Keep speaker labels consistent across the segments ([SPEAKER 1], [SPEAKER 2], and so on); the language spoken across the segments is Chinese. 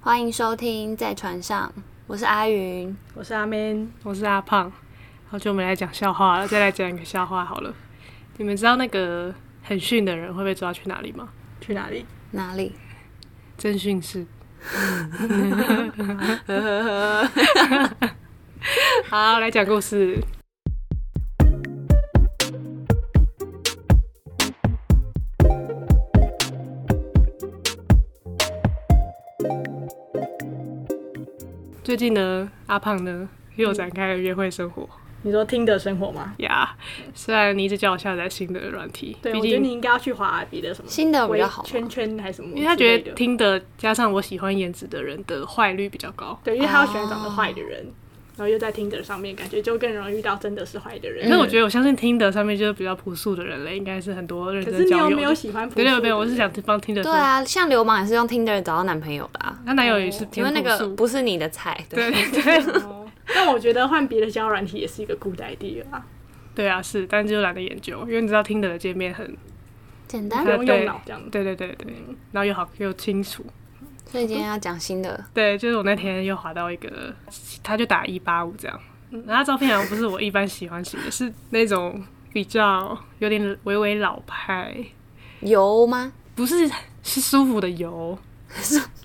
[SPEAKER 1] 欢迎收听《在船上》，我是阿云。
[SPEAKER 2] 我是阿 Man，
[SPEAKER 3] 我是阿胖，好久没来讲笑话了，再来讲一个笑话好了。你们知道那个很逊的人会被抓去哪里吗？
[SPEAKER 2] 去哪里？
[SPEAKER 1] 哪里？
[SPEAKER 3] 侦讯室。好，来讲故事。最近呢，阿胖呢又展开了约会生活
[SPEAKER 2] 你说听的生活吗？
[SPEAKER 3] 呀。虽然你一直叫我下载新的软体，
[SPEAKER 2] 对，
[SPEAKER 3] 毕
[SPEAKER 2] 我觉得
[SPEAKER 3] 竟
[SPEAKER 2] 你应该要去滑别的什么
[SPEAKER 1] 新的比
[SPEAKER 2] 围
[SPEAKER 1] 较好吗
[SPEAKER 2] 圈圈还是什么之类的，
[SPEAKER 3] 因为他觉得听的加上我喜欢颜值的人的坏率比较高。
[SPEAKER 2] 对，因为他要喜欢长
[SPEAKER 3] 哦
[SPEAKER 2] 得坏的人，然后又在听的上面，感觉就更容易遇到真的是坏的人。
[SPEAKER 3] 可是我觉得我相信听的上面就是比较朴素的人类，应该是很多认
[SPEAKER 2] 可
[SPEAKER 3] 真
[SPEAKER 2] 是你
[SPEAKER 3] 交
[SPEAKER 2] 有
[SPEAKER 3] 友
[SPEAKER 2] 没有
[SPEAKER 3] 的。
[SPEAKER 2] 喜欢朴素
[SPEAKER 3] 对
[SPEAKER 2] 的
[SPEAKER 3] 对
[SPEAKER 2] 人？
[SPEAKER 3] 对，我是想帮听的
[SPEAKER 1] 对
[SPEAKER 3] 说，
[SPEAKER 1] 啊，像流氓也是用 Tinder 找到男朋友的啊。
[SPEAKER 3] 她男友也是
[SPEAKER 1] 请问
[SPEAKER 3] 偏
[SPEAKER 1] 那
[SPEAKER 3] 朴
[SPEAKER 1] 个
[SPEAKER 3] 素。
[SPEAKER 1] 不是你的菜，
[SPEAKER 3] 对对对
[SPEAKER 2] 哦。但我觉得换别的交友软体也是一个 good idea 啊，
[SPEAKER 3] 对啊，是，但是就懒得研究，因为你知道听的的界面很，
[SPEAKER 1] 简单
[SPEAKER 2] 不。用
[SPEAKER 3] 对
[SPEAKER 2] 用脑这样子。
[SPEAKER 3] 对对对对，然后又好又清楚。
[SPEAKER 1] 所以今天要讲新的，
[SPEAKER 3] 对，就是我那天又滑到一个，他就打一八五这样，然后他照片好像不是我一般喜欢型的，是那种比较有点微微老派，
[SPEAKER 1] 油吗？
[SPEAKER 3] 不是是舒服的油，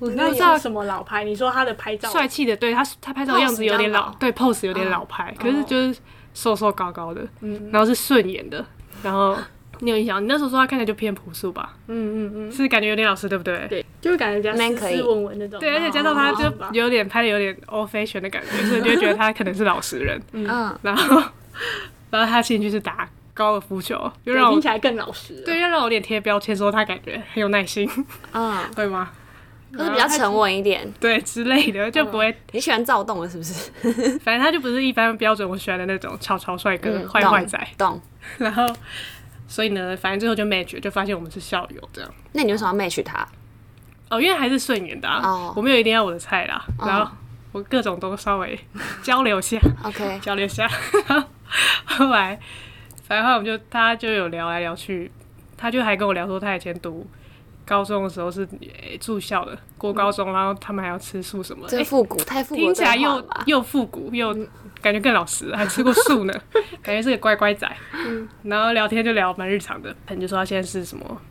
[SPEAKER 2] 那
[SPEAKER 3] 不知道
[SPEAKER 2] 是什么老牌？你说他的拍照
[SPEAKER 3] 帅气的，对他他拍照的样子有点老，
[SPEAKER 1] Pose
[SPEAKER 3] 对 pose 有点老派，可是就是瘦瘦高高的，
[SPEAKER 2] 嗯
[SPEAKER 3] 然后是顺眼的，然后你有印象？你那时候说他看起来就偏朴素吧？
[SPEAKER 2] 嗯嗯嗯，
[SPEAKER 3] 是感觉有点老师对不对？
[SPEAKER 2] 对，就会感觉比较
[SPEAKER 1] 那
[SPEAKER 2] 斯
[SPEAKER 1] 可以
[SPEAKER 2] 斯文文那种。哦
[SPEAKER 3] 对，而且加上他就
[SPEAKER 2] 吧
[SPEAKER 3] 有点拍的有点 old fashion 的感觉，所以你就会觉得他可能是老实人。
[SPEAKER 1] 嗯，
[SPEAKER 3] 然后，然后他兴趣是打高尔夫球，又
[SPEAKER 2] 对
[SPEAKER 3] 让我
[SPEAKER 2] 听起来更老实了。
[SPEAKER 3] 对，又让我有点贴标签，说他感觉很有耐心，
[SPEAKER 1] 嗯，
[SPEAKER 3] 会吗？
[SPEAKER 1] 就是比较沉稳一点。
[SPEAKER 3] 对之类的，就不会，
[SPEAKER 1] 你喜欢躁动了是不 是？
[SPEAKER 3] 反正他就不是一般标准我喜欢的那种潮潮帅哥、
[SPEAKER 1] 嗯
[SPEAKER 3] 坏坏仔。
[SPEAKER 1] 懂。懂
[SPEAKER 3] 然后，所以呢，反正最后就 match，就发现我们是校友这样。
[SPEAKER 1] 那你为什么要 match 他？
[SPEAKER 3] 哦，因为还是顺眼的、啊
[SPEAKER 1] 哦
[SPEAKER 3] 我没有一定要我的菜啦。
[SPEAKER 1] 哦
[SPEAKER 3] 然后我各种都稍微交流一下，
[SPEAKER 1] OK，
[SPEAKER 3] 交流一下。 后来，反正后来我们就他就有聊来聊去，他就还跟我聊说他以前读。高中的时候是、诶住校的，过高中，然后他们还要吃素什么的，
[SPEAKER 1] 这
[SPEAKER 3] 诶
[SPEAKER 1] 复古太复古
[SPEAKER 3] 听
[SPEAKER 1] 了
[SPEAKER 3] 起来
[SPEAKER 1] 对话
[SPEAKER 3] 又
[SPEAKER 1] 了吧，嗯
[SPEAKER 3] 又复古又感觉更老 实了，还吃过素呢，感觉是个乖乖仔。
[SPEAKER 1] 嗯
[SPEAKER 3] 然后聊天就聊蛮日常的，朋友就说他现在是什么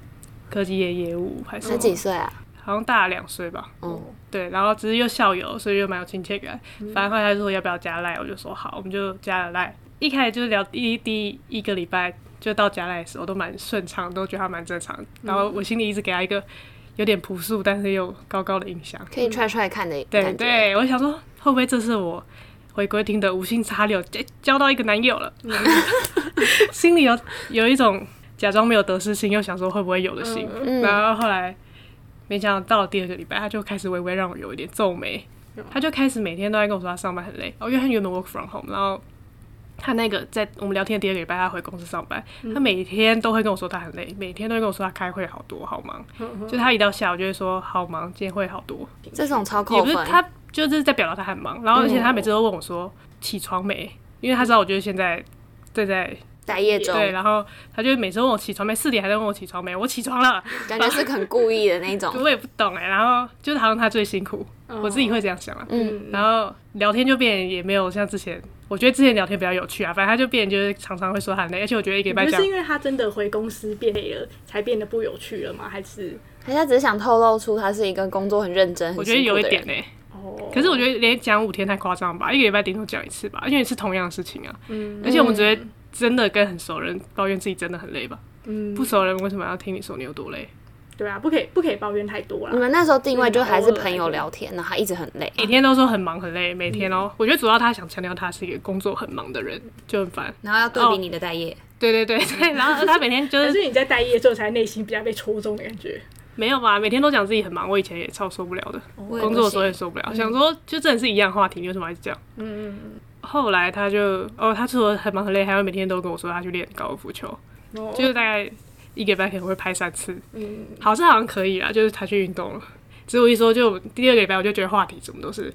[SPEAKER 3] 科技业业务还是
[SPEAKER 1] 才
[SPEAKER 3] 什
[SPEAKER 1] 几
[SPEAKER 3] 么，
[SPEAKER 1] 岁啊？
[SPEAKER 3] 好像大两岁吧。
[SPEAKER 1] 嗯，
[SPEAKER 3] 对，然后只是又校友，所以又蛮有亲切感。反正后来他说要不要加赖，我就说好，我们就加了赖。一开始就是聊第一第一一个礼拜就到加赖的时候都蛮顺畅，都觉得他蛮正常的。然后我心里一直给他一个有点朴素但是又高高的印象。
[SPEAKER 1] 可以 try try 看的
[SPEAKER 3] 嗯对
[SPEAKER 1] 感觉。
[SPEAKER 3] 对，我想说会不会这是我回归听的无心插柳，交交到一个男友了，
[SPEAKER 1] 嗯
[SPEAKER 3] 心里有有一种假装没有得失心，又想说会不会有的心。
[SPEAKER 1] 嗯
[SPEAKER 3] 然后后来没想到到了第二个礼拜，他就开始微微让我有一点皱眉，
[SPEAKER 1] 嗯
[SPEAKER 3] 他就开始每天都在跟我说他上班很累，哦，因为他原本 work from home，然后。他那个在我们聊天的第二个礼拜，他回公司上班，
[SPEAKER 1] 嗯
[SPEAKER 3] 他每天都会跟我说他很累，每天都会跟我说他开会好多好忙，
[SPEAKER 1] 嗯
[SPEAKER 3] 就他一到下午就会说好忙，今天会好多，
[SPEAKER 1] 这种超
[SPEAKER 3] 也
[SPEAKER 1] 扣
[SPEAKER 3] 不是
[SPEAKER 1] 分。
[SPEAKER 3] 他就是在表达他很忙，然后而且他每次都问我说、起床没，因为他知道我就是现在正在
[SPEAKER 1] 待业中，
[SPEAKER 3] 对，然后他就每次问我起床没，四点还在问我起床没，我起床 了，
[SPEAKER 1] 感觉是很故意的那种。
[SPEAKER 3] 我也不懂哎、然后就是好像他最辛苦，
[SPEAKER 2] 哦
[SPEAKER 3] 我自己会这样想啊。
[SPEAKER 1] 嗯，
[SPEAKER 3] 然后聊天就变也没有像之前，我觉得之前聊天比较有趣啊，反正他就变就是常常会说他很累，而且我觉得一个礼拜
[SPEAKER 2] 你觉
[SPEAKER 3] 这
[SPEAKER 2] 得
[SPEAKER 3] 样
[SPEAKER 2] 是因为他真的回公司变累了，才变得不有趣了吗？还是
[SPEAKER 1] 还是他只是想透露出他是一个工作很认真、
[SPEAKER 3] 我
[SPEAKER 1] 很
[SPEAKER 3] 觉得
[SPEAKER 1] 辛苦
[SPEAKER 3] 有一
[SPEAKER 1] 的
[SPEAKER 3] 点
[SPEAKER 1] 人。
[SPEAKER 3] 呢、
[SPEAKER 2] 哦？
[SPEAKER 3] 可是我觉得连讲五天太夸张吧，一个礼拜顶多讲一次吧，因为是同样的事情啊。
[SPEAKER 1] 嗯
[SPEAKER 3] 而且我们只会真的跟很熟人抱怨自己真的很累吧？
[SPEAKER 2] 嗯，
[SPEAKER 3] 不熟人为什么要听你说你有多累？
[SPEAKER 1] 嗯
[SPEAKER 2] 对啊，不可以不可以抱怨太多
[SPEAKER 1] 你
[SPEAKER 3] 嗯
[SPEAKER 2] 啦。
[SPEAKER 1] 们那时候定位就还是朋友聊天，然后他一直很累。
[SPEAKER 3] 欸每天都说很忙很累，每天
[SPEAKER 1] 嗯
[SPEAKER 3] 哦，我觉得主要他想强调他是一个工作很忙的人，就很烦。
[SPEAKER 1] 然后要对比你的待业，
[SPEAKER 3] 对对
[SPEAKER 1] 嗯
[SPEAKER 3] 对对，然后他每天就
[SPEAKER 2] 可
[SPEAKER 3] 是
[SPEAKER 2] 是你在待业之后，才内心比较被戳中的感觉。
[SPEAKER 3] 没有吧，每天都讲自己很忙，我以前也超受不了的，
[SPEAKER 1] 我也不
[SPEAKER 3] 工作的时候也
[SPEAKER 1] 行嗯
[SPEAKER 3] 受不了，想说就真的是一样话题，你为什么还是这样？嗯嗯后来他就哦，他除了很忙很累，还有每天都跟我说他去练高尔夫球，
[SPEAKER 2] 哦
[SPEAKER 3] 就是大概一个礼拜可能会拍三次，
[SPEAKER 1] 嗯
[SPEAKER 3] 好像好像可以啦，就是他去运动了。只是我一说，就第二个礼拜我就觉得话题怎么都是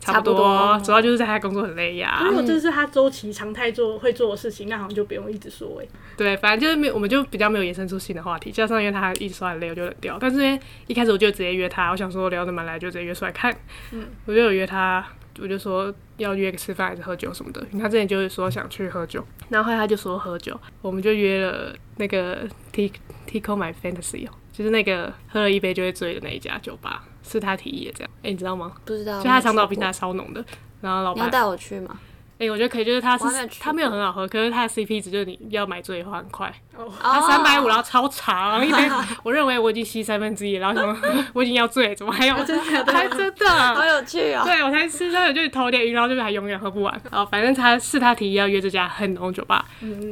[SPEAKER 3] 差不
[SPEAKER 1] 差不
[SPEAKER 3] 多，
[SPEAKER 1] 多
[SPEAKER 3] 主要就是在他工作很累 呀
[SPEAKER 2] 如。果这是他周期常态做会做的事情，那好像就不用一直说 哎、
[SPEAKER 3] 对，反正就是没有，我们就比较没有延伸出新的话题，加上因为他一直说很累，我就冷掉。但是因为一开始我就直接约他，我想说聊得蛮来，就直接约出来看。
[SPEAKER 2] 嗯
[SPEAKER 3] 我就有约他，我就说要约个吃饭还是喝酒什么的。因为他之前就是说想去喝酒，然后后来他就说喝酒，我们就约了那个 T Tico My Fantasy 哦，就是那个喝了一杯就会醉的那一家酒吧，是他提议的这样。哎、你知道吗？
[SPEAKER 1] 不知道。
[SPEAKER 3] 就他
[SPEAKER 1] 没去
[SPEAKER 3] 长岛冰
[SPEAKER 1] 过
[SPEAKER 3] 茶超浓的，然后老
[SPEAKER 1] 你要
[SPEAKER 3] 板
[SPEAKER 1] 带我去吗？
[SPEAKER 3] 哎、我觉得可以，就是它是
[SPEAKER 1] 我还没有去
[SPEAKER 3] 它没有很好喝，可是它的 CP 值就是你要买醉的话很快，
[SPEAKER 1] 哦
[SPEAKER 3] 它三百五，然后超长一杯，我认为我已经吸三分之一了，然后想说我已经要醉了，怎么 还有？ 真的，还真
[SPEAKER 1] 好
[SPEAKER 3] 的。
[SPEAKER 1] 有趣哦。
[SPEAKER 3] 对，我才吃到有就是头有点晕，然后就是还永远喝不完。哦，反正他是他提议要约这家很浓酒吧，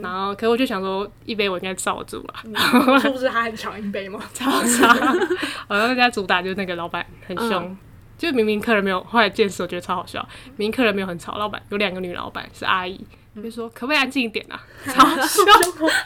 [SPEAKER 3] 然后可我就想说一杯我应该罩住了，
[SPEAKER 2] 欸，
[SPEAKER 3] 嗯
[SPEAKER 2] 是不是他很抢一杯吗？
[SPEAKER 3] 超长。好像那家主打就是那个老板很凶，就明明客人没有，后来见识我觉得超好笑，明明客人没有很吵，老板有两个女老板是阿姨，就说可不可以安静一点 啊？超好笑，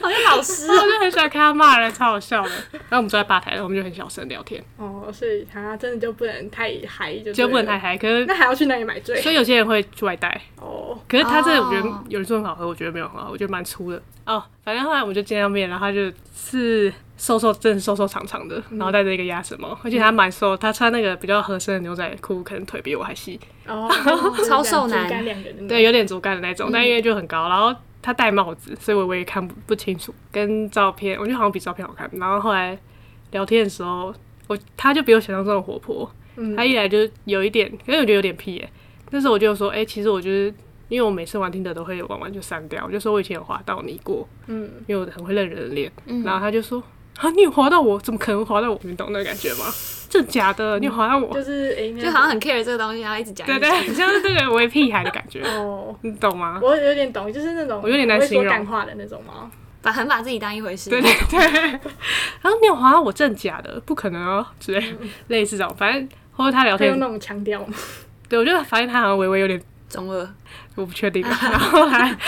[SPEAKER 1] 好像老师
[SPEAKER 3] 然后我就很喜欢看他骂人，超好笑的。然后我们坐在吧台，我们就很小声聊天，
[SPEAKER 2] 哦，所以他真的就不能太嗨，就
[SPEAKER 3] 就不能太
[SPEAKER 2] 太。
[SPEAKER 3] 嗨。可是
[SPEAKER 2] 那还要去哪里买醉？
[SPEAKER 3] 所以有些人会去外带，
[SPEAKER 2] 哦，
[SPEAKER 3] 可是他这个
[SPEAKER 1] 哦
[SPEAKER 3] 我觉得有人说很好喝，我觉得没有很好喝，我觉得蛮粗的哦。反正后来我们就见到面，然后他就是瘦瘦，真的瘦瘦长长的，然后戴着一个鸭舌帽，而且他蛮瘦，他穿那个比较合身的牛仔裤，可能腿比我还细，
[SPEAKER 2] 哦，
[SPEAKER 1] 超瘦男
[SPEAKER 2] 竹竿两个人，
[SPEAKER 3] 对，，有点竹竿的那种，
[SPEAKER 2] 嗯
[SPEAKER 3] 但因为就很高，然后他戴帽子，所以我我也看不不清楚，跟照片我觉得好像比照片好看。然后后来聊天的时候，我他就比我想象中的活泼，
[SPEAKER 2] 嗯
[SPEAKER 3] 他一来就有一点，可是我觉得有点屁耶、那时候我就说，哎、其实我就是因为我每次玩听的都会玩完就删掉，我就说我以前有滑到你过，
[SPEAKER 2] 嗯，
[SPEAKER 3] 因为我很会认人的脸，
[SPEAKER 1] 嗯
[SPEAKER 3] 然后他就说。啊！你有滑到我？怎么可能滑到我？你懂那个感觉吗？真的假的？你有滑到我？
[SPEAKER 2] 就是哎，
[SPEAKER 1] 就好像很 care 这个东西，然后一直讲。
[SPEAKER 3] 对对， 很像是这个为屁孩的感觉，
[SPEAKER 2] 哦，
[SPEAKER 3] 你懂吗？
[SPEAKER 2] 我有点懂，就是那种
[SPEAKER 3] 我有点难
[SPEAKER 2] 不会
[SPEAKER 3] 形
[SPEAKER 2] 说
[SPEAKER 3] 容
[SPEAKER 2] 干话的那种吗？
[SPEAKER 1] 把很把自己当一回事。
[SPEAKER 3] 对对对，然后你有滑到我正假的，不可能哦之类的类似这种，反正或者他聊
[SPEAKER 2] 他用
[SPEAKER 3] 天
[SPEAKER 2] 嗯那，种腔调吗？
[SPEAKER 3] 对我就发现他好像微微有点，
[SPEAKER 1] 中二，
[SPEAKER 3] 我不确 定。然后后来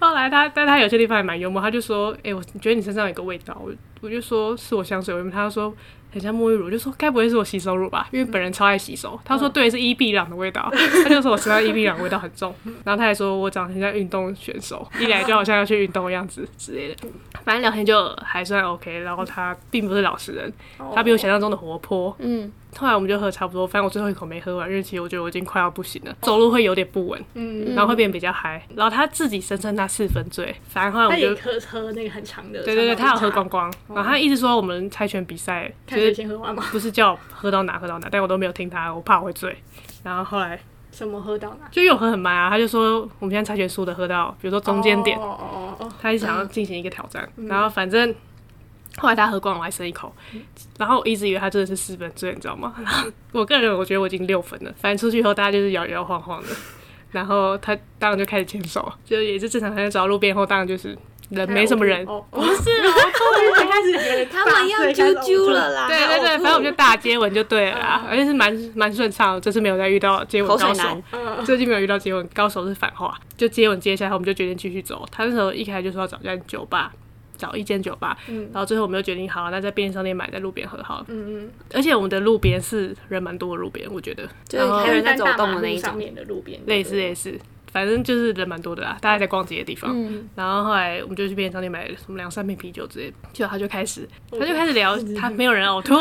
[SPEAKER 3] 后来他，但他有些地方还蛮幽默，他就说：“哎、我觉得你身上有个味道。”我我就说是我香水味吗，他就说很像沐浴乳，我就说该不会是我洗手乳吧？因为本人超爱洗手。他说对，是伊碧朗的味道，他就说我身上伊碧朗味道很 重，然后他还说我长得很像运动选手，一来就好像要去运动的样子之类的。反正聊天就还算 OK，然后他并不是老实人，他比我想象
[SPEAKER 2] 哦
[SPEAKER 3] 中的活泼。
[SPEAKER 1] 嗯，
[SPEAKER 3] 后来我们就喝差不多，反正我最后一口没喝完，因为其实我觉得我已经快要不行了，走路会有点不稳，
[SPEAKER 2] 嗯，
[SPEAKER 3] 然后会变比较嗨。然后他自己声称他四分醉，反正后来我
[SPEAKER 2] 他
[SPEAKER 3] 们
[SPEAKER 2] 也
[SPEAKER 3] 就。
[SPEAKER 2] 喝喝那个很长的，
[SPEAKER 3] 对对对，
[SPEAKER 2] 长岛
[SPEAKER 3] 他有
[SPEAKER 2] 冰
[SPEAKER 3] 喝
[SPEAKER 2] 茶
[SPEAKER 3] 光，光，
[SPEAKER 2] 哦
[SPEAKER 3] 然后他一直说我们猜拳比赛就
[SPEAKER 2] 看谁
[SPEAKER 3] 是
[SPEAKER 2] 先喝完吗？
[SPEAKER 3] 不是叫我喝到哪喝到哪，但我都没有听他，我怕我会醉。然后后来
[SPEAKER 2] 什么喝到哪？
[SPEAKER 3] 就又喝很慢啊，他就说我们现在猜拳输的喝到，比如说中间点，
[SPEAKER 2] 哦哦哦哦，
[SPEAKER 3] 他就想
[SPEAKER 1] 嗯
[SPEAKER 3] 要进行一个挑战。然后反正后来他喝光，我还剩一口，然后我一直以为他真的是四分醉，你知道吗？然 后我个人我觉得我已经六分了，反正出去以后大家就是摇摇晃晃的，然后他当然就开始牵手，就也是正常，他就走到路边后，当然就是人没什么人，
[SPEAKER 2] 哦，
[SPEAKER 3] 不是哦。
[SPEAKER 2] 一开始有人
[SPEAKER 1] 他 们要啾啾了啦。
[SPEAKER 3] 对对对，反正我们就大接吻就对了啦，而且是蛮蛮顺畅的。这次没有再遇到接吻
[SPEAKER 1] 嗯口水
[SPEAKER 3] 高手
[SPEAKER 1] 男，
[SPEAKER 2] 嗯，
[SPEAKER 3] 最近没有遇到接吻高手是反话，就接吻接下来我们就决定继续走。他那时候一开始就说要找间酒吧，找一间酒吧，
[SPEAKER 2] 嗯
[SPEAKER 3] 然后最后我们就决定好，那在便利商店买，在路边喝好了。
[SPEAKER 2] 嗯嗯，
[SPEAKER 3] 而且我们的路边是人蛮多的路边，我觉得
[SPEAKER 1] 就是还有人在走动的那一
[SPEAKER 2] 上
[SPEAKER 1] 种。
[SPEAKER 2] 面的路边，
[SPEAKER 3] 类似类似，反正就是人蛮多的啦，大家在逛街的地方。
[SPEAKER 1] 嗯，
[SPEAKER 3] 然后后来我们就去便利商店买了什么两三瓶啤酒之类的，结果他就开始，他就开始聊，他没有人呕吐，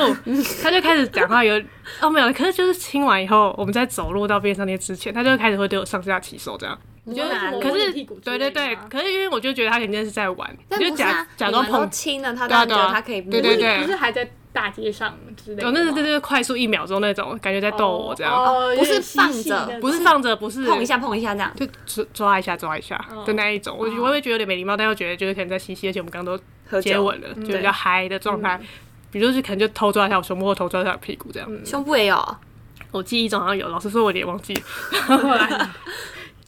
[SPEAKER 3] 他就开始讲话有哦没有，可是就是亲完以后，我们在走路到便利商店之前，他就开始会对我上下其手这样。
[SPEAKER 1] 你
[SPEAKER 2] 就
[SPEAKER 1] 就是
[SPEAKER 2] 什么
[SPEAKER 3] 可
[SPEAKER 2] 摸
[SPEAKER 3] 是
[SPEAKER 2] 你屁股之
[SPEAKER 3] 对
[SPEAKER 2] 类
[SPEAKER 3] 对
[SPEAKER 2] 的
[SPEAKER 3] 对
[SPEAKER 2] 吗，
[SPEAKER 3] 可是因为我就觉得他肯定是在玩，
[SPEAKER 1] 但
[SPEAKER 3] 就
[SPEAKER 1] 不是
[SPEAKER 3] 假
[SPEAKER 1] 啊
[SPEAKER 3] 假装
[SPEAKER 1] 你们都
[SPEAKER 3] 碰。
[SPEAKER 1] 亲了，他
[SPEAKER 3] 对
[SPEAKER 1] 当
[SPEAKER 3] 啊
[SPEAKER 1] 然
[SPEAKER 3] 对
[SPEAKER 1] 觉
[SPEAKER 3] 啊
[SPEAKER 1] 得他可以摸。
[SPEAKER 3] 对对对
[SPEAKER 2] 不是还在大街上之类的
[SPEAKER 3] 哦，
[SPEAKER 2] 吗，
[SPEAKER 3] 那是对对，快速一秒钟那种感觉在逗我这样，
[SPEAKER 2] 哦，
[SPEAKER 1] 不是
[SPEAKER 2] 有点嬉
[SPEAKER 1] 放
[SPEAKER 2] 戏
[SPEAKER 1] 着
[SPEAKER 2] 那
[SPEAKER 3] 不
[SPEAKER 2] 种
[SPEAKER 3] 是放着，不是
[SPEAKER 1] 碰一下碰一下这样。
[SPEAKER 3] 就抓抓一下抓一下的那一种，我我会觉得有点没礼貌，但又觉得就是可能在嬉戏，而且我们刚刚
[SPEAKER 1] 喝酒
[SPEAKER 3] 都接吻了，就比较嗨的状态。比如就是可能就偷抓一下我胸部，或偷抓一下我屁股这样。
[SPEAKER 1] 胸部也有，哦
[SPEAKER 3] 我记忆中好像有，老实说我有点忘记了。然后后来，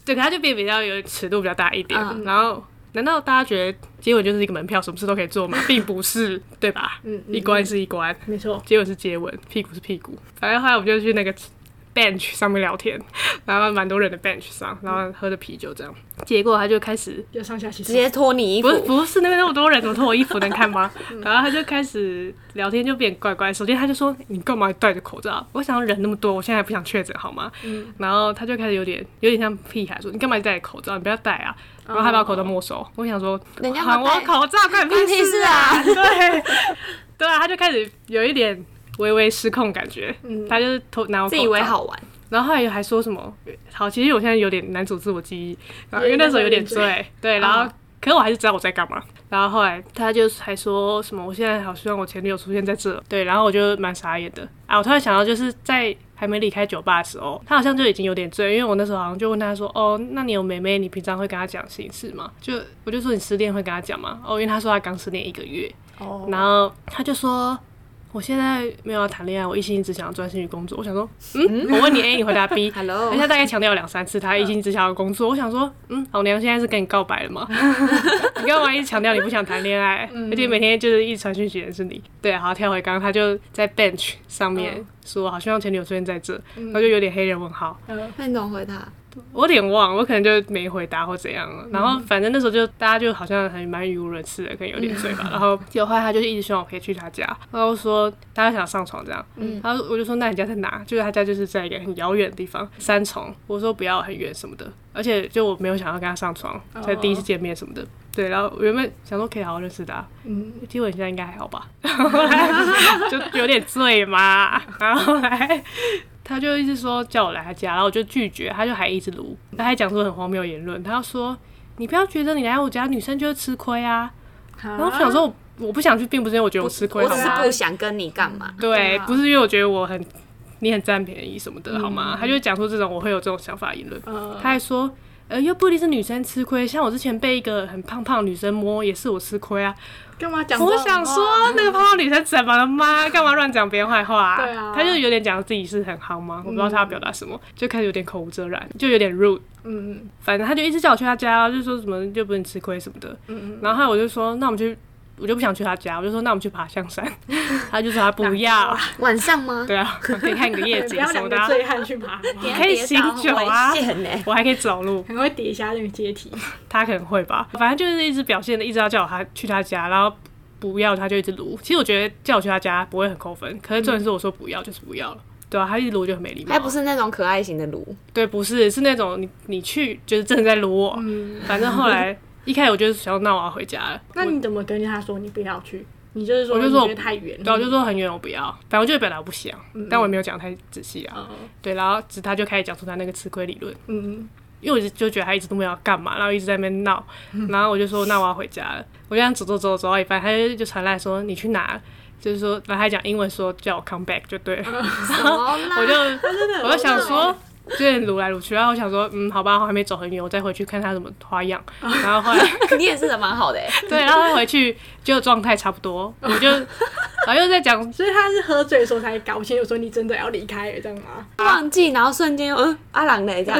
[SPEAKER 3] 对，可他就变比较有尺度比较大一点。
[SPEAKER 1] 嗯
[SPEAKER 3] 然后，难道大家觉得接吻就是一个门票，什么事都可以做吗？并不是，对吧？
[SPEAKER 2] 嗯嗯
[SPEAKER 3] 一关是一关，
[SPEAKER 2] 没错，
[SPEAKER 3] 接吻是接吻，屁股是屁股。反正后来我们就去那个 bench 上面聊天， 然后蛮多人的 bench 上，然后喝着啤酒这样。结果他就开始
[SPEAKER 2] 要上下其
[SPEAKER 1] 直
[SPEAKER 2] 手，
[SPEAKER 1] 接脱你衣服
[SPEAKER 3] 不，是不是那边那么多人，怎么脱我衣服能看 吗？嗯然后他就开始聊天，就变怪怪。首先他就说：“你干嘛戴着口罩？我想要人那么多，我现在还不想确诊好吗？”
[SPEAKER 1] 嗯
[SPEAKER 3] 然后他就开始有点有点像屁孩说：“你干嘛戴口罩？你不要戴啊！”然后他把我口罩没收。我想说，
[SPEAKER 1] 哦人家
[SPEAKER 3] 还
[SPEAKER 1] 要
[SPEAKER 3] 我
[SPEAKER 1] 戴
[SPEAKER 3] 口罩干
[SPEAKER 1] 关你屁事啊
[SPEAKER 3] 对对啊，他就开始有一点微微失控感觉，他就是偷拿我
[SPEAKER 1] 自以为
[SPEAKER 3] 口罩
[SPEAKER 1] 好玩，
[SPEAKER 3] 然后后来还说什么？好，其实我现在有点难组织我记忆，然后因为
[SPEAKER 2] 因为
[SPEAKER 3] 那时候有点
[SPEAKER 2] 那时候有点
[SPEAKER 3] 醉，对，然后、
[SPEAKER 1] 嗯
[SPEAKER 3] 可是我还是知道我在干嘛。然后后来他就还说什么，我现在好希望我前女友出现在这，对，然后我就蛮傻眼的啊！我突然想到，就是在还没离开酒吧的时候，他好像就已经有点醉，因为我那时候好像就问他说，哦，那你有妹妹，你平常会跟她讲心事吗？就我就说你失恋会跟她讲吗？哦，因为他说他刚失恋一个月，
[SPEAKER 1] 哦，
[SPEAKER 3] 然后他就说。我现在没有要谈恋爱，我一心一直想要专心于工作。我想说，嗯，我问你 A，你回答 B，
[SPEAKER 1] Hello
[SPEAKER 3] 人家大概强调了两三次，他一心只想要工作。我想说，嗯，老娘现在是跟你告白 了吗？你干嘛一直强调你不想谈恋爱？
[SPEAKER 1] 嗯
[SPEAKER 3] 而且每天就是一直传讯息的人是你。对，好，跳回刚刚，他就在 bench 上面
[SPEAKER 1] 嗯
[SPEAKER 3] 说，好希望前女友出现在这，然后就有点黑人问号。
[SPEAKER 1] 那你怎么回他？
[SPEAKER 3] 我有点忘，我可能就没回答或怎样了。然后反正那时候就大家就好像很蛮语无伦次的，可能有点醉吧。然后有后来他就一直希望我可以去他家，然后说大家想上床这样。嗯，然后我就说那你家在哪？就是他家就是在一个很遥远的地方，三重。我说不要很远什么的，而且就我没有想要跟他上床，在第一次见面什么的。对，然后我原本想说可以好好认识他、
[SPEAKER 2] 嗯，
[SPEAKER 3] 结果你现在应该还好吧？就有点醉嘛，然后后来他就一直说叫我来他家，然后我就拒绝，他就还一直撸，他还讲出很荒谬的言论，他就说你不要觉得你来我家女生就会吃亏啊，然
[SPEAKER 2] 然
[SPEAKER 3] 后我想，说我我不想去，并不是因为我觉得我吃亏，
[SPEAKER 1] 我
[SPEAKER 3] 好
[SPEAKER 1] 只是
[SPEAKER 3] 吗？
[SPEAKER 1] 不想跟你干嘛，
[SPEAKER 3] 对
[SPEAKER 2] 对，啊
[SPEAKER 3] 不是因为我觉得我很你很占便宜什么的，好
[SPEAKER 2] 嗯
[SPEAKER 3] 吗？他就讲出这种我会有这种想法的言论，
[SPEAKER 2] 呃，
[SPEAKER 3] 他还说，呃，又不一定是女生吃亏，像我之前被一个很胖胖的女生摸，也是我吃亏啊。
[SPEAKER 2] 干嘛讲这
[SPEAKER 3] 我
[SPEAKER 2] 种话？
[SPEAKER 3] 想说，那个泡泡女生怎么了吗？干嘛乱讲别人坏话、
[SPEAKER 2] 对啊
[SPEAKER 3] 她就是有点讲自己是很夯吗？我不知道她要表达什么，就开始有点口无遮拦，就有点 rude。
[SPEAKER 2] 嗯，
[SPEAKER 3] 反正她就一直叫我去她家，就说什么就不能吃亏什么的。
[SPEAKER 2] 嗯
[SPEAKER 3] 然后后来我就说，那我们去，我就不想去她家，我就说那我们去爬象山。她就说她不要，
[SPEAKER 1] 晚上吗？
[SPEAKER 3] 对啊，可以看个夜
[SPEAKER 2] 嗯， 不
[SPEAKER 3] 景
[SPEAKER 2] 要
[SPEAKER 3] 什
[SPEAKER 2] 两
[SPEAKER 3] 么
[SPEAKER 2] 个
[SPEAKER 3] 的啊。
[SPEAKER 2] 醉汉去爬，好不好
[SPEAKER 3] 可以醒酒啊
[SPEAKER 1] 很危险欸
[SPEAKER 3] 我还可以走路，
[SPEAKER 2] 很会叠下那个阶 梯，
[SPEAKER 3] 她可能会吧。反正就是一直表现的，一直要叫我她去她家，然后。不要，她就一直撸。其实我觉得叫我去她家不会很扣分，可是重点是我说不要就是不要了，对啊，她一直撸就很没礼貌啊。
[SPEAKER 1] 还不是那种可爱型的炉，
[SPEAKER 3] 对，不是，是那种你你去就是真的在撸我。反正后来一开始我就是想，那我要啊回家了。
[SPEAKER 2] 嗯那你怎么跟他说你不要去？你就是说
[SPEAKER 3] 我就
[SPEAKER 2] 你
[SPEAKER 3] 说
[SPEAKER 2] 觉得太远，
[SPEAKER 3] 对，啊我就说很远，我不要。反正我就是表达我不想，
[SPEAKER 1] 嗯
[SPEAKER 3] 但我也没有讲太仔细啊。
[SPEAKER 2] 嗯
[SPEAKER 3] 对，然后只他就开始讲出他那个吃亏理论，
[SPEAKER 2] 嗯，
[SPEAKER 3] 因为我就觉得他一直都没有要干嘛，然后一直在那边闹，
[SPEAKER 2] 嗯
[SPEAKER 3] 然后我就说那我要回家了。我就这样走走走走到一半，他就就传来说你去哪？就是说，然后他讲英文说叫我 come back 就对了。
[SPEAKER 1] 什么啦？
[SPEAKER 3] 我就
[SPEAKER 2] 嗯 真的，
[SPEAKER 3] 我就想说，就是撸来撸去，然后我想说，嗯，好吧，我还没走很远，我再回去看他什么花样。然后后 来。
[SPEAKER 1] 你也是人蛮好的欸，
[SPEAKER 3] 对，然后他回去就状态差不多，我就然后又在讲，
[SPEAKER 2] 所以他是喝醉的时候才搞清楚说你真的要离开了，这样吗？
[SPEAKER 3] 啊
[SPEAKER 1] 忘记，然后瞬间又嗯阿郎嘞这样，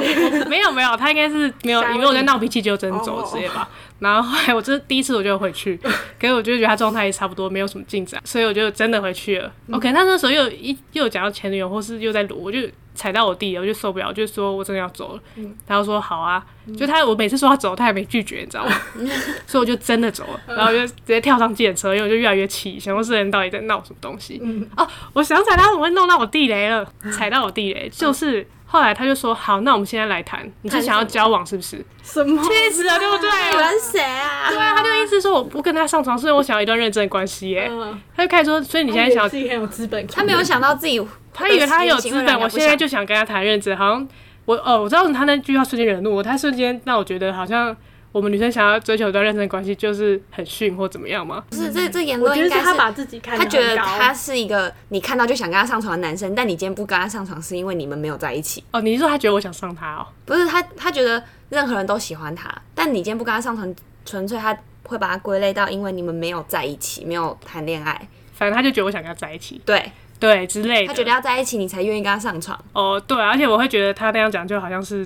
[SPEAKER 3] 没有没有，他应该是没有，
[SPEAKER 2] 吓
[SPEAKER 3] 因为我在闹脾气就真走之类吧。然后后来我这第一次我就回去，可是我就觉得他状态也差不多，没有什么进展，所以我就真的回去了。OK，那那时候又有一又有讲到前女友，或是又在撸，我就踩到我弟了，我就受不了，我就说我真的要走了。他就说好啊，就他我每次说要走，他也没拒绝，你知道吗？ 所以我就真的走了，然后我就直接跳上计程车，因为我就越来越气，想说这人到底在闹什么东西。哦，我想起来他怎么会弄到我地雷了，踩到我地雷，就是后来他就说好，那我们现在来谈，你是想要交往是不是？
[SPEAKER 2] 什 么？
[SPEAKER 3] 气死了，对 不对？
[SPEAKER 1] 你们谁啊？
[SPEAKER 3] 对啊，他就意思说我不跟他上床，所以我想要一段认真的关系耶。
[SPEAKER 2] 嗯，
[SPEAKER 3] 他就开始说，所以你现在想要
[SPEAKER 2] 自己很有资本主义，
[SPEAKER 1] 他没有想到自己，
[SPEAKER 3] 他以为他有资本，我现在就想跟他谈认真，好像我哦，我知道他那句话瞬间惹怒我，他瞬间让我觉得好像我们女生想要追求一段认真的关系就是很逊或怎么样嘛。
[SPEAKER 1] 不是这这言
[SPEAKER 2] 我
[SPEAKER 1] 论
[SPEAKER 2] 觉
[SPEAKER 1] 应
[SPEAKER 2] 得
[SPEAKER 1] 该
[SPEAKER 2] 是他
[SPEAKER 1] 是
[SPEAKER 2] 把自己看
[SPEAKER 1] 他
[SPEAKER 2] 得
[SPEAKER 1] 觉得
[SPEAKER 2] 很高，
[SPEAKER 1] 他是一个你看到就想跟他上床的男生，但你今天不跟他上床是因为你们没有在一起，
[SPEAKER 3] 哦，你是说他觉得我想上他哦？
[SPEAKER 1] 不是他他觉得任何人都喜欢他，但你今天不跟他上床，纯粹他会把他归类到因为你们没有在一起，没有谈恋爱，
[SPEAKER 3] 反正他就觉得我想跟他在一起，
[SPEAKER 1] 对
[SPEAKER 3] 对之类的。
[SPEAKER 1] 他觉得要在一起你才愿意跟他上床。
[SPEAKER 3] 哦，对，而且我会觉得他那样讲就好像是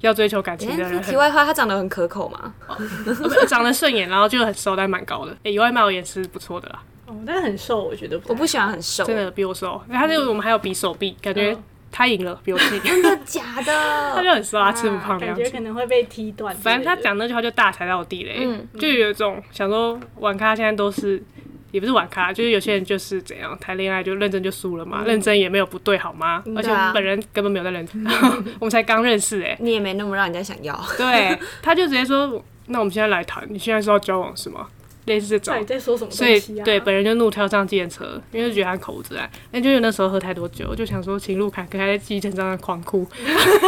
[SPEAKER 3] 要追求感情
[SPEAKER 1] 哎，
[SPEAKER 3] 的
[SPEAKER 1] 这
[SPEAKER 3] 人
[SPEAKER 1] 题
[SPEAKER 3] 很，
[SPEAKER 1] 外话，他长得很可口嘛？
[SPEAKER 3] 长得顺眼，然后就很瘦，但蛮高的。诶，有外貌也是不错的啦，
[SPEAKER 2] 哦但是很瘦，我觉得
[SPEAKER 1] 我
[SPEAKER 2] 不
[SPEAKER 1] 不喜欢很瘦，
[SPEAKER 3] 啊真的比我瘦。他那个我们还有比手臂，感觉
[SPEAKER 2] 嗯
[SPEAKER 3] 他赢了，比我自己，
[SPEAKER 1] 真的假
[SPEAKER 3] 他
[SPEAKER 1] 的？
[SPEAKER 3] 就很说他吃不胖的
[SPEAKER 2] 啊感
[SPEAKER 3] 样
[SPEAKER 2] 觉
[SPEAKER 3] 子
[SPEAKER 2] 可。能会被踢断之类的。
[SPEAKER 3] 反正他讲那句话就大踩到我地雷，
[SPEAKER 1] 嗯
[SPEAKER 3] 就有一种想说玩咖现在都是，也不是玩咖，就是有些人就是怎样谈恋爱就认真就输了嘛，认真也没有不对好吗？而且
[SPEAKER 1] 对啊
[SPEAKER 3] 我本人根本没有在认真， 我们才刚认识哎、
[SPEAKER 1] 你也没那么让人家想 要，
[SPEAKER 3] 对，他就直接说，那我们现在来谈，你现在是要交往是吗？类似这种
[SPEAKER 2] 到底，在说什么
[SPEAKER 3] 所以
[SPEAKER 2] 东西啊？
[SPEAKER 3] 对本人就怒跳上计程车，因为就觉得他口无遮拦。那就有那时候喝太多酒，就想说情路坎坷，还在计程车上狂哭。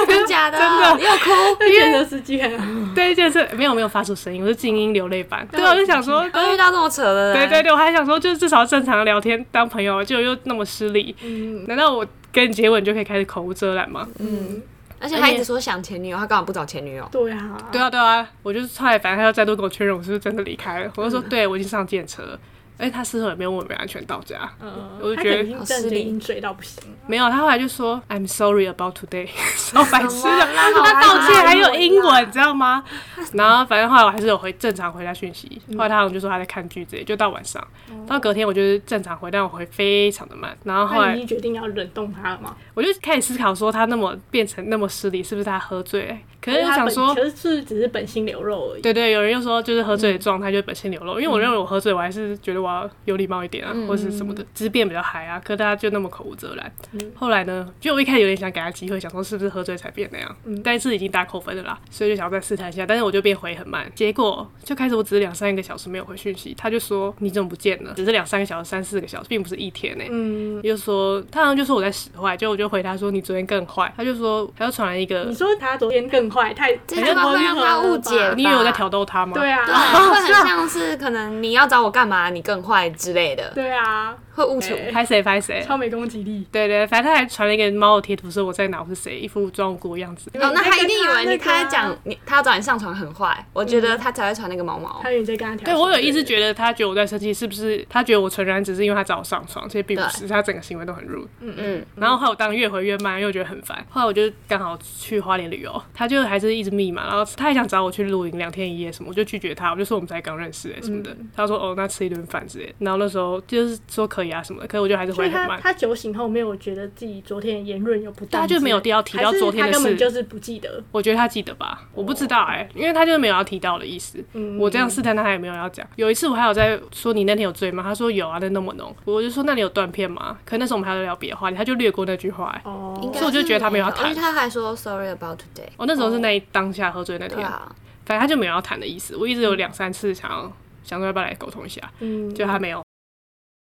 [SPEAKER 1] 真的假的？
[SPEAKER 3] 真的
[SPEAKER 1] 你有 哭？
[SPEAKER 2] 那觉得司机很
[SPEAKER 3] 对，就是没有没有发出声音，我是静音流泪版。对啊，我就想说，
[SPEAKER 1] 我遇到这么扯的
[SPEAKER 3] 对
[SPEAKER 1] 人，
[SPEAKER 3] 对对，我还想说，就是至少正常聊天当朋友，就又那么失礼，
[SPEAKER 2] 嗯
[SPEAKER 3] 难道我跟你接吻就可以开始口无遮拦吗？
[SPEAKER 2] 嗯，
[SPEAKER 1] 而且他一直说想前女友，他干嘛不找前女友？
[SPEAKER 2] 对啊，
[SPEAKER 3] 对啊，对啊，我就是后来，反正他要再多跟我确认我是不是真的离开了，我就说，对我已经上电车了，而且他事后也没有问我有没有安全到家，
[SPEAKER 2] 嗯，
[SPEAKER 3] 我就
[SPEAKER 2] 他
[SPEAKER 3] 觉
[SPEAKER 2] 可
[SPEAKER 3] 得
[SPEAKER 2] 能已经震惊追到不行，
[SPEAKER 3] 没有，他后来就说 I'm sorry about today，超 白痴啊 的，
[SPEAKER 1] 啦好啊
[SPEAKER 3] 他道歉还有英
[SPEAKER 1] 啦
[SPEAKER 3] 文，你知 道吗？然后反正后来我还是有回正常回他讯息，
[SPEAKER 1] 嗯
[SPEAKER 3] 后来他好像就说他在看剧之类，就到晚上，
[SPEAKER 1] 哦
[SPEAKER 3] 到隔天我就是正常回，但我回非常的慢，然后后
[SPEAKER 2] 那
[SPEAKER 3] 来
[SPEAKER 2] 你已经决定要冷冻他了吗？
[SPEAKER 3] 我就开始思考说他那么变成那么失礼，是不是他喝醉了？可是我
[SPEAKER 2] 他
[SPEAKER 3] 想
[SPEAKER 2] 本
[SPEAKER 3] 说，
[SPEAKER 2] 可是只是本性流露而已。
[SPEAKER 3] 对对，有人又说就是喝醉的状态就是本性流露，
[SPEAKER 2] 嗯
[SPEAKER 3] 因为我认为我喝醉，我还是觉得我要有礼貌一点啊，或是什么的，只是变比较嗨啊。可是大家就那么口无遮拦。
[SPEAKER 2] 嗯
[SPEAKER 3] 后来呢，就我一开始有点想给他机会，想说是不是喝醉才变那样，
[SPEAKER 2] 嗯
[SPEAKER 3] 但是已经打扣分了啦，所以就想要再试探一下，但是我就变回很慢，结果就开始我只是两三个小时没有回讯息，他就说你怎么不见了？只是两三个小时、三四个小时，并不是一天呢、
[SPEAKER 2] 嗯，
[SPEAKER 3] 就说他好像就说我在使坏，就我就回他说你昨天更坏，他就说他就传来一个
[SPEAKER 2] 你，说他昨天更坏，太
[SPEAKER 1] 这句话会让他误解吧
[SPEAKER 3] 你以为我在挑逗他吗？
[SPEAKER 2] 对
[SPEAKER 1] 对，
[SPEAKER 2] 啊，
[SPEAKER 1] 会很像是可能你要找我干嘛，你更坏之类的，
[SPEAKER 2] 对啊，
[SPEAKER 1] 会误处。
[SPEAKER 3] 拍谁拍谁，
[SPEAKER 2] 超没攻击力。
[SPEAKER 3] 对对，反正他还传了一个猫的贴图，说我在哪，我是谁，一副装无辜的样子。
[SPEAKER 1] 哦，那他一定以为你
[SPEAKER 2] 你
[SPEAKER 1] 他
[SPEAKER 2] 在跟他那个啊
[SPEAKER 1] 在讲你，他要找你上床很坏，我觉得他才会传那个毛毛
[SPEAKER 2] 他。有点在跟他挑衅。
[SPEAKER 3] 对我有一直觉得他觉得我在生气，是不是他觉得我纯然只是因为他找我上床，其实并不是，他整个行为都很 rude。
[SPEAKER 1] 嗯，
[SPEAKER 3] 然后后来我当然越回越慢，又觉得很烦。后来我就刚好去花莲旅游，他就还是一直密嘛，然后他还想找我去露营两天一夜什么，我就拒绝他，我就说我们才刚认识、欸、什么的。他说哦，那吃一顿饭之类的。然后那时候就是说可以啊什么的，可是我就还是
[SPEAKER 2] 所
[SPEAKER 3] 回
[SPEAKER 2] 以
[SPEAKER 3] 很
[SPEAKER 2] 他
[SPEAKER 3] 慢。
[SPEAKER 2] 他酒醒后没有觉得自己昨天的言论有不当，
[SPEAKER 3] 他就没有必要提到昨天
[SPEAKER 2] 还是他
[SPEAKER 3] 的
[SPEAKER 2] 根
[SPEAKER 3] 事
[SPEAKER 2] 本，就是不记得。
[SPEAKER 3] 我觉得他记得吧，我不知道哎、因为他就是没有要提到的意思。
[SPEAKER 2] 哦嗯
[SPEAKER 3] 我这样试探他，他也没有要讲。有一次我还有在说你那天有醉吗？他说有啊，那那么浓。我就说那你有断片吗？可那时候我们还在聊别的话题，他就略过那句话、欸。
[SPEAKER 2] 哦，
[SPEAKER 1] 应该
[SPEAKER 3] 所以我就觉得他没有要
[SPEAKER 1] 是
[SPEAKER 3] 谈哦
[SPEAKER 1] 因为他还说 sorry about today。
[SPEAKER 3] 我、那时候是那一当下喝醉那
[SPEAKER 1] 对
[SPEAKER 3] 天，
[SPEAKER 2] 哦
[SPEAKER 1] 啊，
[SPEAKER 3] 反正他就没有要谈的意思。我一直有两三次想要想说要不要来沟通一下，
[SPEAKER 2] 嗯，
[SPEAKER 3] 就他没有，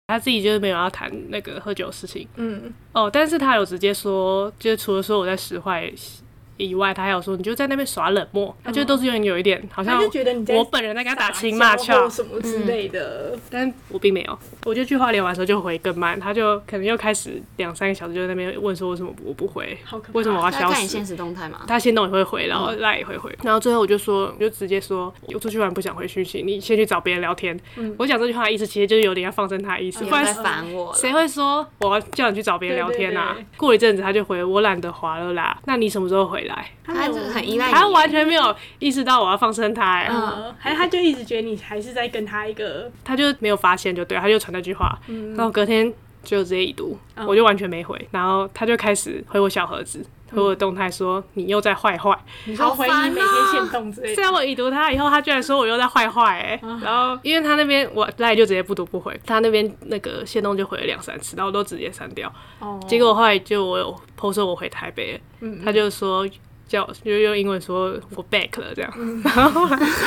[SPEAKER 3] 他自己就是没有要谈那个喝酒的事情。
[SPEAKER 2] 嗯，
[SPEAKER 3] 哦，但是他有直接说，就是除了说我在使坏以外，他还有说你就在那边耍冷漠，他
[SPEAKER 2] 嗯
[SPEAKER 3] 就都是有点有一点好像
[SPEAKER 2] 他就觉得你在
[SPEAKER 3] 我本人在跟他打情骂
[SPEAKER 2] 撒娇或，
[SPEAKER 3] 俏
[SPEAKER 2] 什么之类
[SPEAKER 1] 嗯
[SPEAKER 2] 的，
[SPEAKER 3] 但我并没有。我就去花莲玩的时候就回更慢，他就可能又开始两三个小时就在那边问说为什么我不回
[SPEAKER 2] 好可，怕嗯
[SPEAKER 3] 为什么我要
[SPEAKER 1] 他在
[SPEAKER 3] 消
[SPEAKER 1] 看你
[SPEAKER 3] 失
[SPEAKER 1] 现？实动态嘛？
[SPEAKER 3] 他先动也会回，然后赖也会回，然后最后我就说，我就直接说，我出去玩不想回讯息，你先去找别人聊天。
[SPEAKER 2] 嗯
[SPEAKER 3] 我讲这句话的意思其实就是有点要放生他的意思，
[SPEAKER 1] 你
[SPEAKER 3] 不
[SPEAKER 1] 又
[SPEAKER 3] 然
[SPEAKER 1] 哦在烦我了。
[SPEAKER 3] 谁会说我要叫你去找别人聊天啊？
[SPEAKER 2] 对对
[SPEAKER 3] 过一阵子他就回我懒得滑了啦，那你什么时候回来？
[SPEAKER 1] 他就是很依赖
[SPEAKER 3] 他
[SPEAKER 1] 你。
[SPEAKER 3] 完全没有意识到我要放生他、欸，
[SPEAKER 1] 嗯
[SPEAKER 2] 呃，还他就一直觉得你还是在跟他一个
[SPEAKER 3] 他就没有发现，就对，他就传那句话，然后隔天就直接已读，
[SPEAKER 2] 嗯
[SPEAKER 3] 我就完全没回，然后他就开始回我小盒子。回我动态说你啊又在坏坏，
[SPEAKER 2] 你说回忆每天限动之类
[SPEAKER 3] 虽
[SPEAKER 2] 的，
[SPEAKER 3] 然我已读他以后，他居然说我又在坏坏哎，然后因为他那边我赖就直接不读不回，他那边那个线动就回了两三次，然后我都直接删掉，
[SPEAKER 2] 哦，
[SPEAKER 3] 结果后来就我有 PO 说我回台北了，
[SPEAKER 2] 嗯
[SPEAKER 3] 他就说叫我就用英文说我 back 了这样，
[SPEAKER 2] 嗯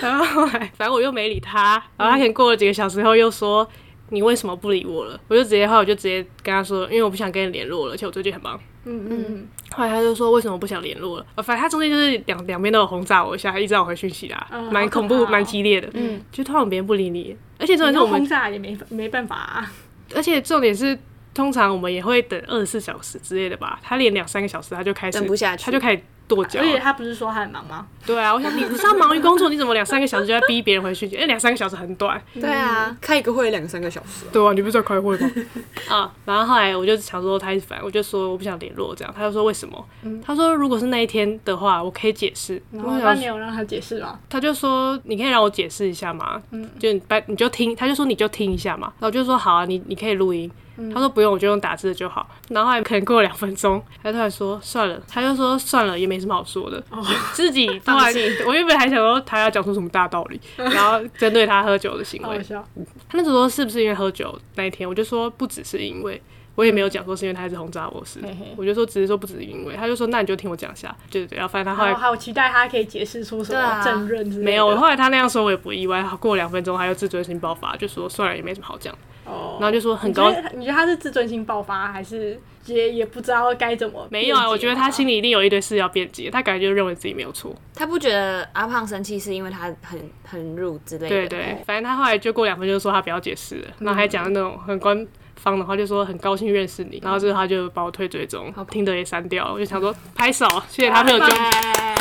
[SPEAKER 3] 然后后来然后后来反正我又没理他，然后他可能过了几个小时后又说。你为什么不理我了？我就直接后来我就直接跟他说，因为我不想跟你联络了，而且我最近很忙。
[SPEAKER 2] 嗯嗯
[SPEAKER 3] 后来他就说为什么不想联络了？呃反正他中间就是两两边都有轰炸我一下，他一直让我回讯息啦，
[SPEAKER 2] 嗯
[SPEAKER 3] 蛮、
[SPEAKER 2] 好可
[SPEAKER 3] 恐怖、
[SPEAKER 2] 怕哦
[SPEAKER 3] 蛮激烈的。嗯，就通常别人不理你，而且重点
[SPEAKER 2] 嗯，
[SPEAKER 3] 是
[SPEAKER 2] 那
[SPEAKER 3] 我们
[SPEAKER 2] 轰炸也没没办法啊，
[SPEAKER 3] 而且重点是，通常我们也会等二十四小时之类的吧。他连两三个小时他就开始
[SPEAKER 1] 等不下去
[SPEAKER 3] 他就开始跺脚
[SPEAKER 2] 而。且他不是说他很忙吗？
[SPEAKER 3] 对啊，我想你不是要忙于工作，你怎么两三个小时就在逼别人回讯息？哎，两三个小时很短。
[SPEAKER 1] 对啊，开一个会两三个小时。
[SPEAKER 3] 对啊，你不是在开会吗？ 啊，然后后来我就想说他一直烦，我就说我不想联络这样。他就说为什么？他说如果是那一天的话，我可以解释。
[SPEAKER 2] 然
[SPEAKER 3] 我
[SPEAKER 2] 后
[SPEAKER 3] 想
[SPEAKER 2] 他没有让他解释吗？
[SPEAKER 3] 他就说：“你可以让我
[SPEAKER 2] 嗯
[SPEAKER 3] 解释一下吗？就你把你就听，他就说你就听一下嘛。”然后我就说：“好啊，你你可以录音。”
[SPEAKER 2] 嗯
[SPEAKER 3] 他说不用，我就用打字的就好。然后后来可能过了两分钟，他突然说算了，他就说算了，也没什么好说的，
[SPEAKER 2] 哦
[SPEAKER 3] 自己突
[SPEAKER 1] 放
[SPEAKER 3] 然
[SPEAKER 1] 弃，
[SPEAKER 3] 我原本还想说他要讲出什么大道理，
[SPEAKER 2] 哦
[SPEAKER 3] 然后针对他喝酒的行
[SPEAKER 2] 好
[SPEAKER 3] 为
[SPEAKER 2] 好，笑，
[SPEAKER 3] 他那时候说是不是因为喝酒那一天，我就说不只是因为，我也没有讲说是因为他一直轰炸我是，
[SPEAKER 2] 嘿嘿
[SPEAKER 3] 我就说只是说不只是因为，他就说那你就听我讲一下，对对对，然后反正他后
[SPEAKER 2] 好
[SPEAKER 3] 来。
[SPEAKER 2] 好期待他可以解释出什
[SPEAKER 1] 对啊
[SPEAKER 2] 么正论之类的。
[SPEAKER 3] 没有，后来他那样说我也不意外。过两分钟，他又自尊心爆发，就说算了，也没什么好讲。
[SPEAKER 2] 哦，
[SPEAKER 3] 然后就说很
[SPEAKER 2] 你觉
[SPEAKER 3] 高，
[SPEAKER 2] 得你觉得他是自尊心爆发，还是也也不知道该怎么？
[SPEAKER 3] 没有啊，我觉得他心里一定有一堆事要辩解，他感觉就认为自己没有错。
[SPEAKER 1] 他不觉得阿胖生气是因为他很很入之类的，
[SPEAKER 3] 对
[SPEAKER 2] 哦
[SPEAKER 3] 对，反正他后来就过两分钟就说他不要解释了，然后还讲那种很官方的话，就说很高兴认
[SPEAKER 2] 嗯
[SPEAKER 3] 识你，然后之后他就把我推追踪
[SPEAKER 1] 好，吧
[SPEAKER 3] 听得也删掉了，我就想说拍手，谢谢他没有纠结
[SPEAKER 1] 哎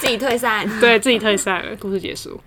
[SPEAKER 1] 自己退散，
[SPEAKER 3] 对自己退散了，故事 结束。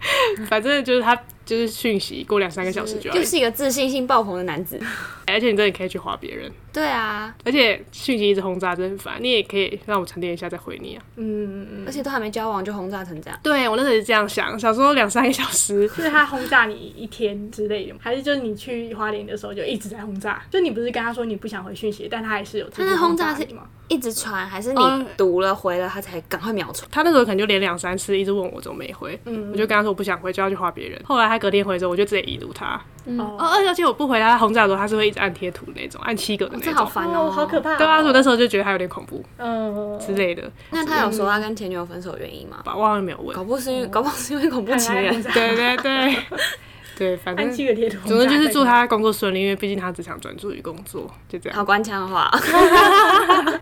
[SPEAKER 3] 反正就是他就是讯息过两三个小时就要
[SPEAKER 1] 又，是一个自信心爆棚的男子。
[SPEAKER 3] 而且你真的可以去划别人，
[SPEAKER 1] 对啊，
[SPEAKER 3] 而且讯息一直轰炸真的很烦，你也可以让我沉淀一下再回你啊。
[SPEAKER 2] 嗯，嗯嗯，
[SPEAKER 1] 而且都还没交往就轰炸成这样，
[SPEAKER 3] 对我那时候也是这样想，想说两三个小时，
[SPEAKER 2] 是他轰炸你一天之类的吗，还是就是你去花莲的时候就一直在轰炸？就你不是跟他说你不想回讯息，但他还是有他
[SPEAKER 1] 他的轰炸
[SPEAKER 2] 炸
[SPEAKER 1] 是
[SPEAKER 2] 你吗？
[SPEAKER 1] 一直传，还是你
[SPEAKER 3] 哦
[SPEAKER 1] 读了回了他才赶快秒传？
[SPEAKER 3] 他那时候可能就连两三次一直问我怎么没回，我就跟他说我不想回，就要去划别嗯人。后来他隔天回之后，我就直接已读他。
[SPEAKER 2] 哦
[SPEAKER 3] 哦，而而且我不回他轰炸的时候，他是会一直按贴图那种，按七个的那
[SPEAKER 1] 这
[SPEAKER 3] 种。
[SPEAKER 1] 好烦哦，
[SPEAKER 2] 哦，好可怕、哦！
[SPEAKER 3] 对啊，所以我那时候就觉得他有点恐怖
[SPEAKER 2] 嗯，
[SPEAKER 3] 之类的，
[SPEAKER 1] 那他有说他跟前女友分手原因吗？
[SPEAKER 3] 吧，我好像没有问
[SPEAKER 1] 搞。不好是因为，搞不好是因为恐怖情人。
[SPEAKER 3] 对对对 对，反正
[SPEAKER 2] 按七个贴图，
[SPEAKER 3] 总之就是祝他工作顺利，因为毕竟他只想专注于工作，就这
[SPEAKER 1] 好
[SPEAKER 3] 样。
[SPEAKER 1] 官腔的 话，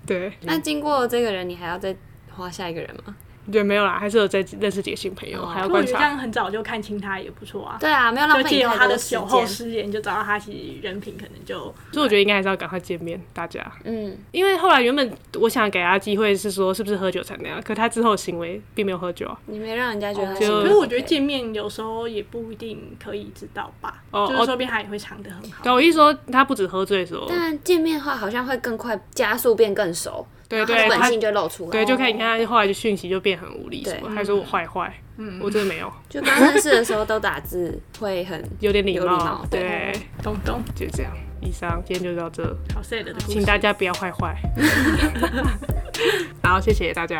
[SPEAKER 3] 对，
[SPEAKER 1] 那经过这个人，你还要再花下一个人吗？
[SPEAKER 3] 对，没有啦，还是有在认识几个新朋友，
[SPEAKER 1] 哦
[SPEAKER 3] 还要
[SPEAKER 2] 可我
[SPEAKER 3] 观
[SPEAKER 2] 觉得这
[SPEAKER 3] 察。
[SPEAKER 2] 样很早就看清他也不错啊。
[SPEAKER 1] 对啊，没有浪
[SPEAKER 2] 就
[SPEAKER 1] 费你
[SPEAKER 2] 借由
[SPEAKER 1] 太
[SPEAKER 2] 他
[SPEAKER 1] 多
[SPEAKER 2] 的
[SPEAKER 1] 时
[SPEAKER 2] 酒后
[SPEAKER 1] 间。
[SPEAKER 2] 失言，就找到他其实人品可能就
[SPEAKER 3] 所以我觉得应该还是要赶快见面，大家。
[SPEAKER 1] 嗯，
[SPEAKER 3] 因为后来原本我想给他机会是说是不是喝酒才那样，可他之后的行为并没有喝酒啊。
[SPEAKER 1] 你没让人家觉得他
[SPEAKER 3] 就
[SPEAKER 1] 幸福。
[SPEAKER 3] 嗯
[SPEAKER 2] 哦可是我觉得见面有时候也不一定可以知道吧，
[SPEAKER 3] 哦
[SPEAKER 2] 就
[SPEAKER 3] 哦
[SPEAKER 2] 是说不定他也会藏得很好。
[SPEAKER 3] 对，我一说他不止喝醉的时候，
[SPEAKER 1] 但见面的话，好像会更快加速变更熟，
[SPEAKER 3] 对
[SPEAKER 1] 然后
[SPEAKER 3] 对，
[SPEAKER 1] 他的本
[SPEAKER 3] 他
[SPEAKER 1] 性就露出来。
[SPEAKER 3] 对就看你看他后来就讯息就变很无力，什么
[SPEAKER 1] 对
[SPEAKER 3] 还说我坏坏，嗯，我真的没有，
[SPEAKER 1] 就刚认识的时候都打字会很
[SPEAKER 3] 有点礼
[SPEAKER 1] 有礼貌
[SPEAKER 3] 对
[SPEAKER 1] 对，
[SPEAKER 2] 懂懂，
[SPEAKER 3] 就这样。以上今天就到这，
[SPEAKER 2] 好 sad 的故事
[SPEAKER 3] 请大家不要坏坏。好，谢谢大家。